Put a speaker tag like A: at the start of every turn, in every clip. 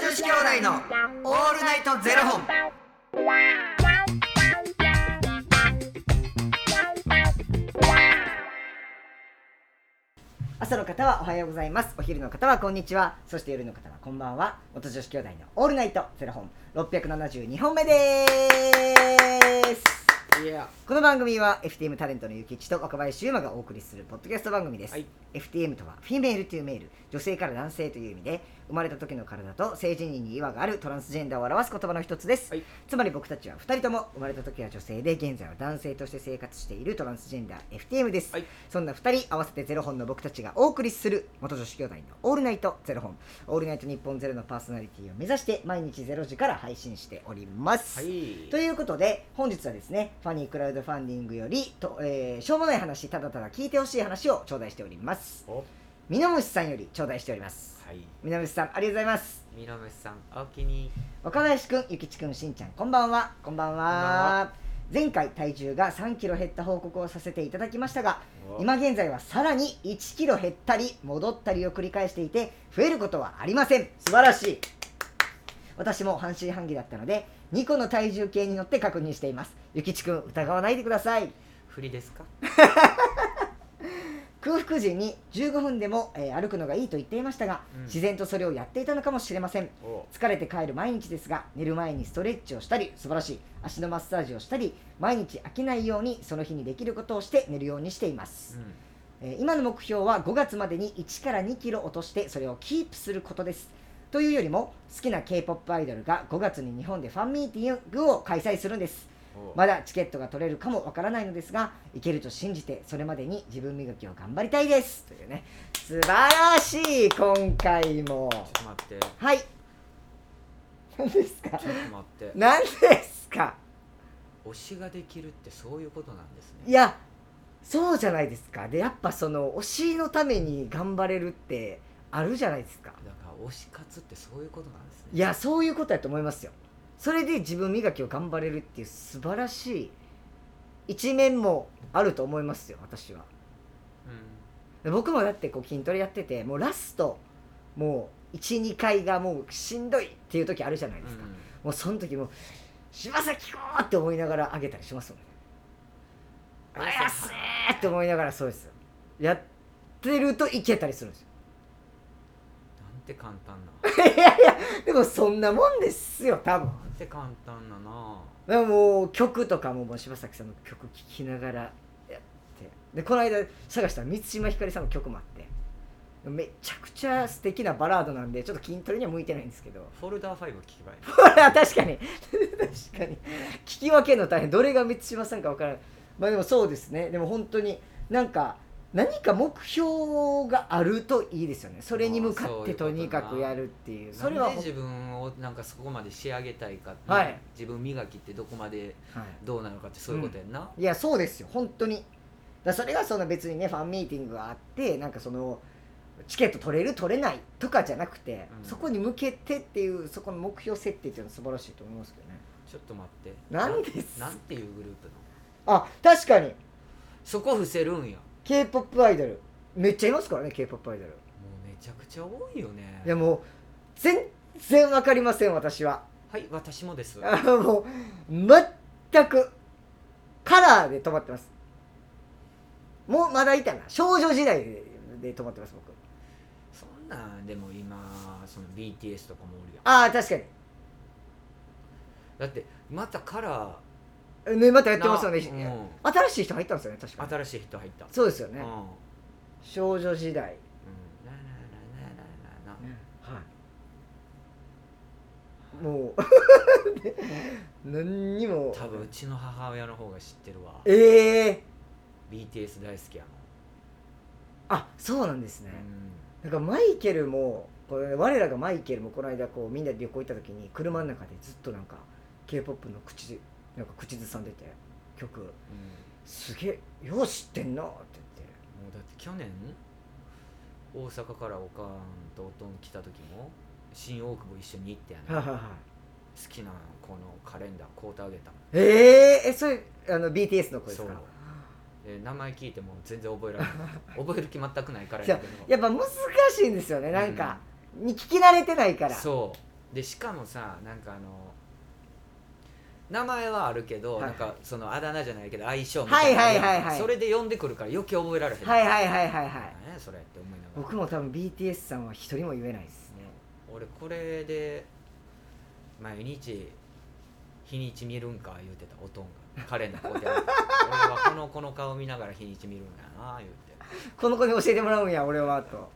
A: 子兄弟のオールナイトゼロ本。
B: 朝の方はおはようございますお昼の方はこんにちはそして夜の方はこんばんは元女子兄弟のオールナイトゼロ本672本目です
C: いや
B: この番組は FTM タレントのゆきちと若林優馬がお送りするポッドキャスト番組です、
C: はい
B: FTM とはフィメールというメール女性から男性という意味で生まれた時の体と性自認に違和があるトランスジェンダーを表す言葉の一つです、
C: はい
B: つまり僕たちは2人とも生まれた時は女性で現在は男性として生活しているトランスジェンダー FTM です、
C: はい
B: そんな2人合わせてゼロ本の僕たちがお送りする元女子兄弟のオールナイトゼロ本オールナイト日本ゼロのパーソナリティを目指して毎日ゼロ時から配信しております、
C: い
B: ということで本日はですねファニークラウドファンディングよりと、えーしょうもない話ただただ聞いてほしい話を頂戴しております
C: おは
B: 水虫さんより頂戴しております
C: い
B: 水虫さんありがとうございます
A: ミノムシさん、おおきに。
B: 若林くんゆきちくんしんちゃんこんばんはこんばんは前回体重が3キロ減った報告をさせていただきましたが
C: お
B: 今現在はさらに1キロ減ったり戻ったりを繰り返していて増えることはありません素晴らしい私も半信半疑だったので2個の体重計に乗って確認していますゆきちくん疑わないでください
A: 振りですか。
B: 空腹時に15分でも、えー歩くのがいいと言っていましたが、
A: うん
B: 自然とそれをやっていたのかもしれません
C: お
B: 疲れて帰る毎日ですが寝る前にストレッチをしたり素晴らしい足のマッサージをしたり毎日飽きないようにその日にできることをして寝るようにしています
A: うん。
B: えー今の目標は5月までに1から2キロ落としてそれをキープすることですというよりも好きな k p o p アイドルが5月に日本でファンミーティングを開催するんです
C: お
B: まだチケットが取れるかもわからないのですがいけると信じてそれまでに自分磨きを頑張りたいですというね素晴らしい今回も
A: ちょっと待って。
B: はい何ですか
A: ちょっと待って。
B: 何ですか
A: 推しができるって、そういうことなんです
B: い
A: ね。
B: やそうじゃないですかでやっぱその推しのために頑張れるってあるじゃないですか
A: だから、推し活って、そういうことなんですね。
B: いやそういうことやと思いますよそれで自分磨きを頑張れるっていう素晴らしい一面もあると思いますよ私は
A: うん。
B: 僕もだってこう筋トレやっててもうラストもう12回がもうしんどいっていう時あるじゃないですか、
A: うん
B: もうその時もう「柴咲コー!」って思いながら上げたりしますもんね「あやっせー!」って思いながらそうですよやってるといけたりするんですよ
A: なんて簡単な。
B: いやいやでもそんなもんですよ多分
A: なんて簡単なな。
B: だからもう曲とかももう柴咲さんの曲聴きながらやってでこの間探したら満島ひかりさんの曲もあってめちゃくちゃ素敵なバラードなんでちょっと筋トレには向いてないんですけど
A: フォルダー5聞けばいい。
B: これは確かに確かに聞き分けるの大変どれが満島さんか分からないまあでもそうですねでも本当になんか何か目標があるといいですよねそれに向かってとにかくやるっていうそ
A: そ
B: れ
A: れ
B: は
A: は
B: ほん
A: 自分をなんかそこまで仕上げたいか、
B: はい
A: 自分磨きってどこまで
B: はい
A: どうなのかってそういうことやんな、
B: いやそうですよ本当にだそれがその別にねファンミーティングがあってなんかそのチケット取れる取れないとかじゃなくて、
A: うん
B: そこに向けてっていうそこの目標設定っていうのは素晴らしいと思いますけどね
A: ちょっと待って
B: 何です
A: なんていうグループの
B: あ確かに
A: そこ伏せるんやも
B: k p o p アイドルめっちゃいますからね k p o p アイドル
A: うめちゃくちゃ多いよね
B: いやもう全然わかりません私は
A: はい私もです
B: あ もう全くカラーで止まってますもうまだいたな少女時代でで止まってます僕
A: そんなんでも今その BTS とかもおるやん
B: ああ確かに
A: だってまたカラ
B: ね、またや
A: ー
B: ってますよね、
A: なうん
B: 新しい人入ったんですよね確かに
A: 新しい人入った、
B: そうですよ
A: うん
B: ね、
A: うん
B: 少女時代、
A: ななななななな
B: はいもう 何にも
A: 多分うちの母親の方が知ってるわ
B: ええ
A: BTS 大好きやもん
B: あそうなんですね、
A: うん
B: なんかマイケルもこれ我らがマイケルもこの間こうみんなで旅行行った時に車の中でずっとなんか k p o p の口ずなんか口ずさんでて曲
A: うん
B: すげえよう知ってんなって言って
A: もうだって去年大阪からおかんとおとん来た時も新大久保一緒に行ってやね
B: はいはいはい
A: 好きなこのカレンダー買うてあげたの
B: えええそれあの BTS の子ですか
A: そうで名前聞いても全然覚えられない覚える 気全くないから
B: やっぱ難しいんですよねなんか、に聞き慣れてないか
A: け
B: ら
A: どそでしかもさなんかあの名前はあるけど、
B: はい
A: なんかそのあだ名じゃないけど相性みたいなのあるやんか、
B: はいはいはいはい
A: それで呼んでくるから余計覚えられへん、
B: はいはいはいはいはい
A: 何やそれって思いながら
B: 僕も多分 BTS さんは一人も言えないですね
A: 俺これで毎日日にち見るんか言うてたおとんが彼の子で俺 はこの子の顔見ながら日にち見るんやな言うて
B: この子に教えてもらうんや俺はと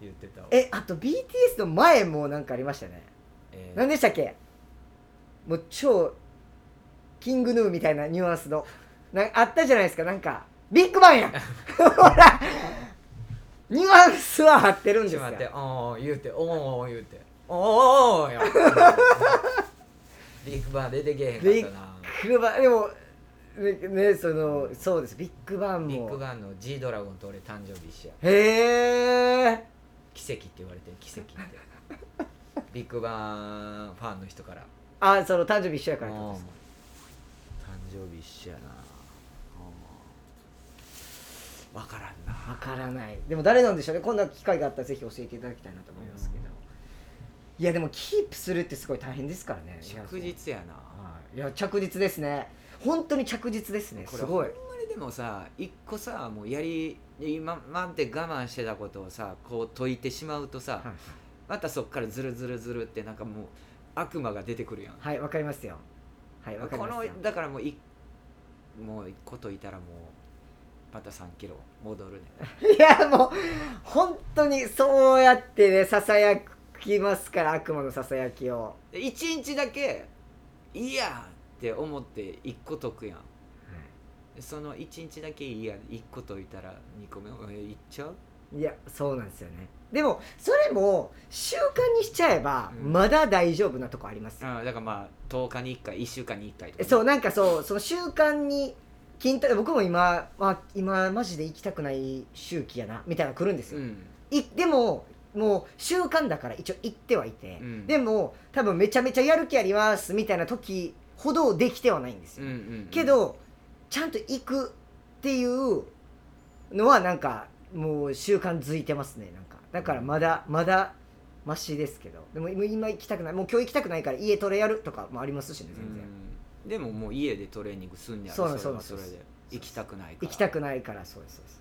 A: 言ってたわ
B: えあと BTS の前もなんかありましたね
A: えー
B: 何でしたっけもう超キングヌーみたいなニュアンスのなんあったじゃないですかなんかビッグバ ンやほらニュアンスは張ってるんです
A: ちょ
B: よ
A: っと待って、おー言うて、おー言うて、おーよ。ビッグバン出てけへんかったな。
B: ビッグバンでもねねそのそうですビッグバン
A: ビッ
B: も
A: グバンの G ドラゴンと俺誕生日一緒や。
B: へえ
A: 奇跡って言われてる、奇跡って。ビッグバンファンの人から。
B: あその誕生日一緒やからってこと
A: 誕
B: ですか
A: 生日一緒やな。わからんな。
B: わからないでも誰なんでしょうねこんな機会があったらぜひ教えていただきたいなと思いますけど、
A: うん
B: いやでもキープするってすごい大変ですからね
A: 着実やな。
B: はいいや着実ですね本当に着実ですね
A: これ
B: すごい
A: ほんまにでもさ一個さもうやり今まで我慢してたことをさこう解いてしまうとさ、
B: はい
A: またそっからズルズルズルってなんかもう悪魔が出てくるやん、
B: はいわかりますよはいわかり
A: こ
B: ま
A: の
B: すよ
A: だからもう一もう一個解いたらもうまた3キロ戻るね
B: いやもう本当にそうやってねささやきますから悪魔のささやきを
A: で一日だけいいやって思って一個解くやんでその一日だけいいや一個解いたら二個目えいっちゃう
B: いやそうなんですよねでもそれも習慣にしちゃえば
A: うん
B: まだ大丈夫なとこありますよ、
A: あだからまあ10日に1回1週間に1回とかね、
B: そうなんかそうその習慣に筋トレ僕も今、まあ、今マジで行きたくない周期やなみたいなの来るんですよ、
A: うん
B: いでももう習慣だから一応行ってはいて、
A: うん
B: でも多分めちゃめちゃやる気ありますみたいな時ほどできてはないんです
A: うん
B: よ、
A: うんうん
B: けどちゃんと行くっていうのはなんかもう習慣づいてますねなんかだからまだまだマシですけどでも今今行きたくないもう今日行きたくないから家トレやるとかもありますしね全然、
A: うんでももう家でトレーニングすんねや
B: そう
A: ろ
B: なん
A: それは
B: そ
A: そう
B: な
A: れ
B: ん
A: で行きたくないから
B: 行きたくないからそうですそうです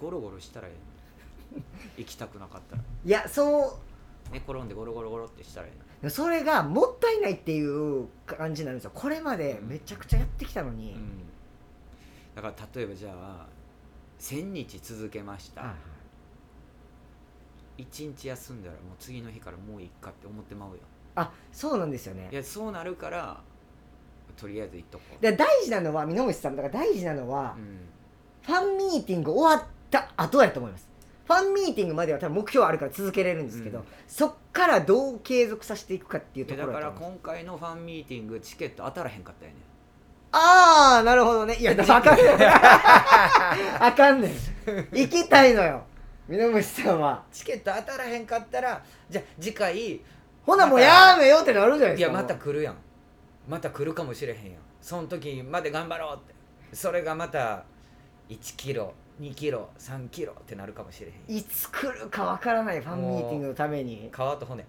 A: ゴロゴロしたらえ えの行きたくなかったら
B: いやそう
A: 寝転んでゴロゴロゴロってしたらえ
B: でもそれがもったいないっていう感じになるんですよこれまでめちゃくちゃやってきたのに、
A: えの、うん、だから例えばじゃあ1000日続けました、
B: はい
A: 一1日休んだらもう次の日からもういっかって思ってまうよ
B: あそうなんですよね
A: いやそうなるからとりあえず行っとこう
B: で大事なのは水口さんだから大事なのは
A: う、ん
B: ファンミーティング終わった後やと思いますファンミーティングまでは多分目標あるから続けれるんですけど、
A: うん
B: そっからどう継続させていくかっていう
A: い
B: と
A: や
B: こ
A: だ
B: ろだ
A: か
B: と
A: ら
B: 思います
A: 今回のファンミーティングチケット当たらへんかったよね
B: ああなるほどねいやだからあかんね んあかんねん行きたいのよ水口さんは
A: チケット当たらへんかったらじゃあ次回
B: ほなもうやめようってなるじゃない
A: い
B: です
A: や
B: か
A: ま
B: もう
A: た来るやんまた来るかもしれへんやんその時まで頑張ろうってそれがまた1キロ2キロ3キロってなるかもしれへん
B: いつ来るかわからないファンミーティングのために
A: 皮と骨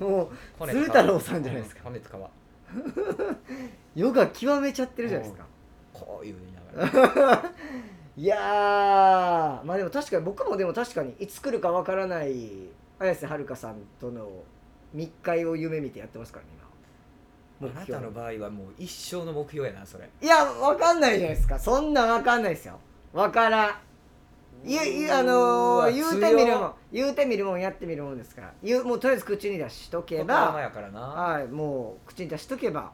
B: もう
A: 骨と
B: 鶴
A: 皮
B: 太郎さんじゃないですか
A: うん骨と皮
B: ヨガ極めちゃってるじゃないですか
A: こういう言いながら
B: いやーまあでも確かに僕もでも確かにいつ来るかわからない綾瀬はるかさんとの密会を夢見てやってますからね今
A: あなたの場合はもう一生の目標やなそれ
B: いやわかんないじゃないですかそんなんわかんないですよわからんいやいやあのー、言うてみるもん言うてみるもんやってみるもんですから言うもうとりあえず口に出しとけ
A: 言
B: ば
A: 葉やからな
B: はい、もう口に出しとけば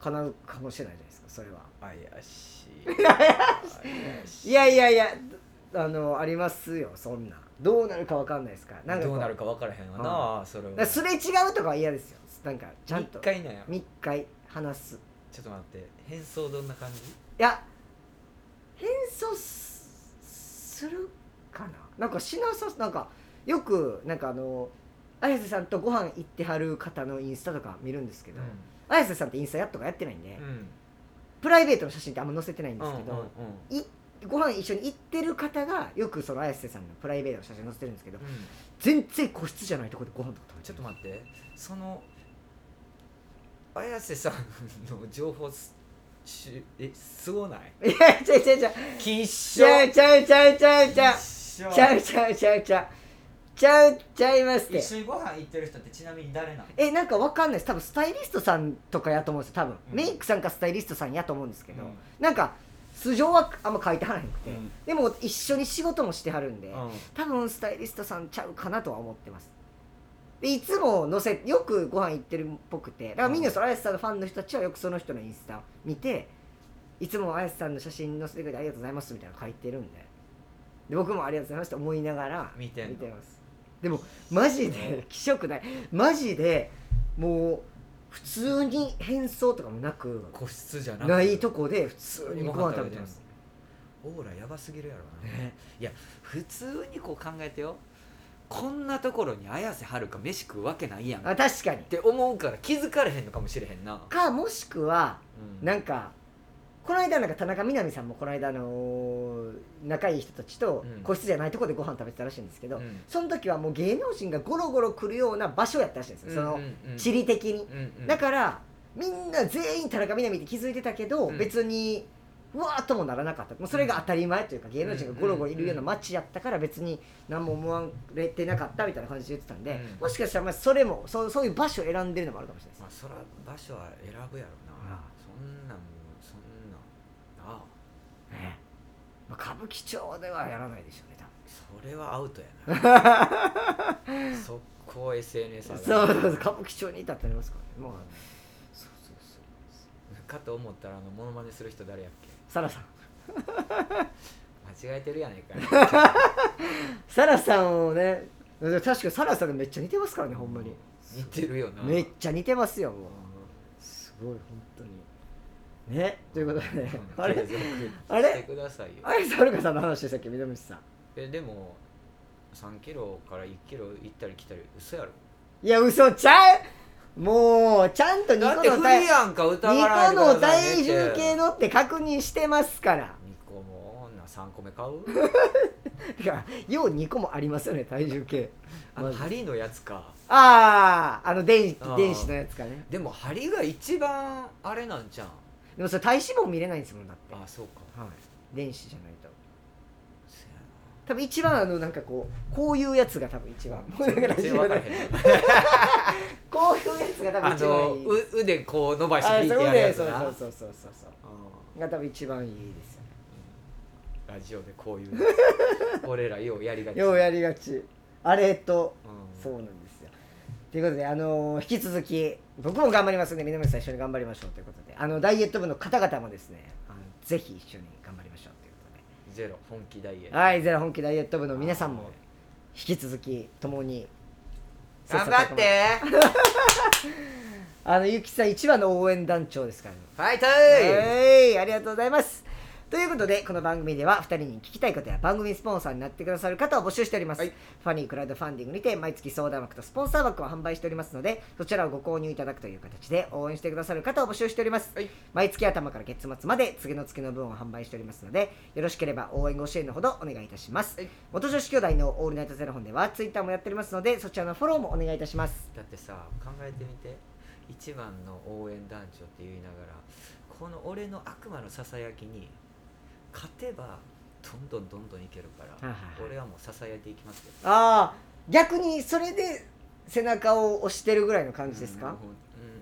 B: 叶うかもしれないじゃないですかそれは
A: 怪しい 怪し
B: いやいやいやあのありますよそんなどうなるかわかんないですからなんかこ
A: どうなるか分からへんわな、それ
B: だ
A: は
B: からすれ違うとかは嫌ですよなんかちゃんと
A: 一回なんや
B: 密会話すい
A: ちょっと待って変装どんな感じ
B: や変装すするかななんかしなさなんかよくなんかあの綾瀬さんとご飯行ってはる方のインスタとか見るんですけど、綾瀬さんってインスタやっとかやってないんで、
A: うん
B: プライベートの写真ってあんま載せてないんですけど、
A: うんうんうん
B: いご飯一緒に行ってる方がよくその綾瀬さんのプライベートの写真載せてるんですけど
A: うん
B: 全然個室じゃないところでご飯とか
A: ちょ
B: 食
A: っ
B: べて
A: と
B: る
A: 待ってその綾瀬さんの情報すしえすごな
B: い
A: い
B: やちゃうちゃうちゃう
A: きっし
B: ち
A: ょ
B: ゃうちゃうちゃうちゃうちゃう
A: ちゃ
B: ちゃうちゃうちゃうちゃうちゃうちゃいますって
A: 一緒にご飯行ってる人ってちなみに誰なの
B: えなんかわかんないです多分スタイリストさんとかやと思うんですよ多分、
A: うん
B: メイクさんかスタイリストさんやと思うんですけど、
A: うん
B: なんか素性はあんま書いてはらへんくて、
A: うん
B: でも一緒に仕事もしてはるんで、
A: うん
B: 多分スタイリストさんちゃうかなとは思ってますでいつも載せよくご飯行ってるっぽくてだからみんなその綾瀬さんのファンの人たちはよくその人のインスタ見ていつも綾瀬さんの写真載せてくれてありがとうございますみたいなの書いてるんでで僕もありがとうございますって思いながら
A: 見てんの
B: ますでもマジで気色ないマジでもう普通に変装とかもなく
A: 個室じゃなく
B: ないとこで普通にご飯食べてます
A: オーラやばすぎるやろな、
B: ね
A: いや普通にこう考えてよこんなところに綾瀬はるか飯食うわけないやんっ
B: あ確かに
A: て思うから気づかれへんのかもしれへんな、
B: かもしくは
A: うん
B: なんかこの間なんか田中みな実さんもこの間あの仲いい人たちと
A: うん
B: 個室じゃないとこでご飯食べてたらしいんですけど、
A: うん
B: その時はもう芸能人がゴロゴロ来るような場所やったらしいんですよ、
A: うん
B: そ
A: うんうん
B: の地理的に、
A: うんうん
B: だからみんな全員田中みな実って気づいてたけど、
A: うん
B: 別にうわーっともならなかったもうそれが当たり前というか芸能人がゴロゴロいるような街やったから別に何も思われてなかったみたいな感じで言ってたんで、
A: うん
B: もしかしたらまあそれもそうそういう場所を選んでるのもあるかもしれないです
A: まあそら場所は選ぶやろな、
B: うん
A: そんなんもうそんなんなあ
B: ねまあ、歌舞伎町ではやらないでしょうね
A: それはアウトや な速攻 SNS
B: 多分
A: 上が
B: そう
A: る
B: そうそう歌舞伎町にいたってありますからねまあそうそうそう
A: かと思ったらあのモノマネする人誰やっけ
B: サラさん
A: 間違えてるやない かい
B: サラさんをね確かにサラさんがめっちゃ似てますからねほんまに
A: 似てるよな
B: めっちゃ似てますよもう
A: う
B: すごい本当にねということでね
A: ん
B: あれ
A: 継続
B: あれ
A: してくださいよ
B: 綾瀬はるかさんの話でしたっけ南さん
A: えでも3キロから1キロ行ったり来たり嘘やろ
B: いや嘘ちゃうもうちゃんとニ
A: だっ
B: コ
A: て
B: の
A: フ
B: 体
A: リやんか歌わない
B: ニコ
A: でくだ
B: の
A: さい
B: 体
A: ね
B: 重計
A: って
B: のって確認してますから
A: 2個も女3個目買う
B: いやよう2個もありますよね体重計
A: あの
B: マジで
A: 針のやつか
B: あああの電
A: あー
B: 電子のやつかね
A: でも針が一番あれなんじゃん
B: でもそれ体脂肪見れないんですもんだって、
A: あそうか
B: はい、電子じゃないと
A: せ
B: 多分一番あのなんかこうこういうやつが多分一
A: やな
B: 番もうだから
A: 全然分からへん
B: こういうやつが多分
A: あ
B: 一
A: の
B: 番いいです
A: う腕こう伸ばして
B: あ
A: 引い
B: そ
A: て
B: こ
A: やる
B: で
A: やつ
B: そう
A: な
B: そうそうそうそう
A: う
B: が多分一番いいですよね
A: んラジオでこういう 俺らようやりがち
B: ようやりがちあれと
A: うん
B: そうなんですよということで、あのー引き続き僕も頑張りますんで皆さん一緒に頑張りましょうということであのダイエット部の方々もですねあのぜひ一緒に頑張りましょうということで
A: ゼロ本気ダイエット
B: はい、ゼロ本気ダイエット部の皆さんも
A: はい
B: 引き続きともに
A: 頑張っ
B: 切磋琢磨
A: て
B: あのゆきさん一番の応援団長ですからね
A: ファイト
B: はいありがとうございますということでこの番組では2人に聞きたいことや番組スポンサーになってくださる方を募集しております、
A: はい
B: ファニークラウドファンディングにて毎月相談枠とスポンサー枠を販売しておりますのでそちらをご購入いただくという形で応援してくださる方を募集しております、
A: はい
B: 毎月頭から月末まで次の月の分を販売しておりますのでよろしければ応援ご支援のほどお願いいたします、
A: はい
B: 元女子兄弟のオールナイトゼロ本ではツイッターもやっておりますのでそちらのフォローもお願いいたします
A: だってさ考えてみて一番の応援団長って言いながらこの俺の悪魔のささやきに勝てばどんどんどんどんいけるから
B: はいはいはい
A: 俺はもうささやいていきますよ
B: ああ逆にそれで背中を押してるぐらいの感じですか、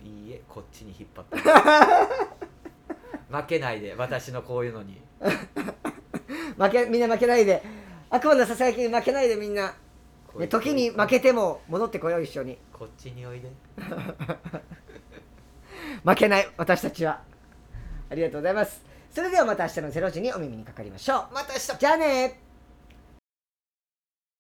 A: うん、うんいいえこっちに引っ張って る負けないで私のこういうのに
B: 負けみんな負けないで悪魔のささやきに負けないでみんな、
A: こうい
B: ね、
A: う
B: 時に負けても戻ってこよう一緒に
A: こっちにおいで
B: 負けない私たちはありがとうございますそれではまた明日の0時にお耳にかかりましょう
A: また明日
B: じゃあね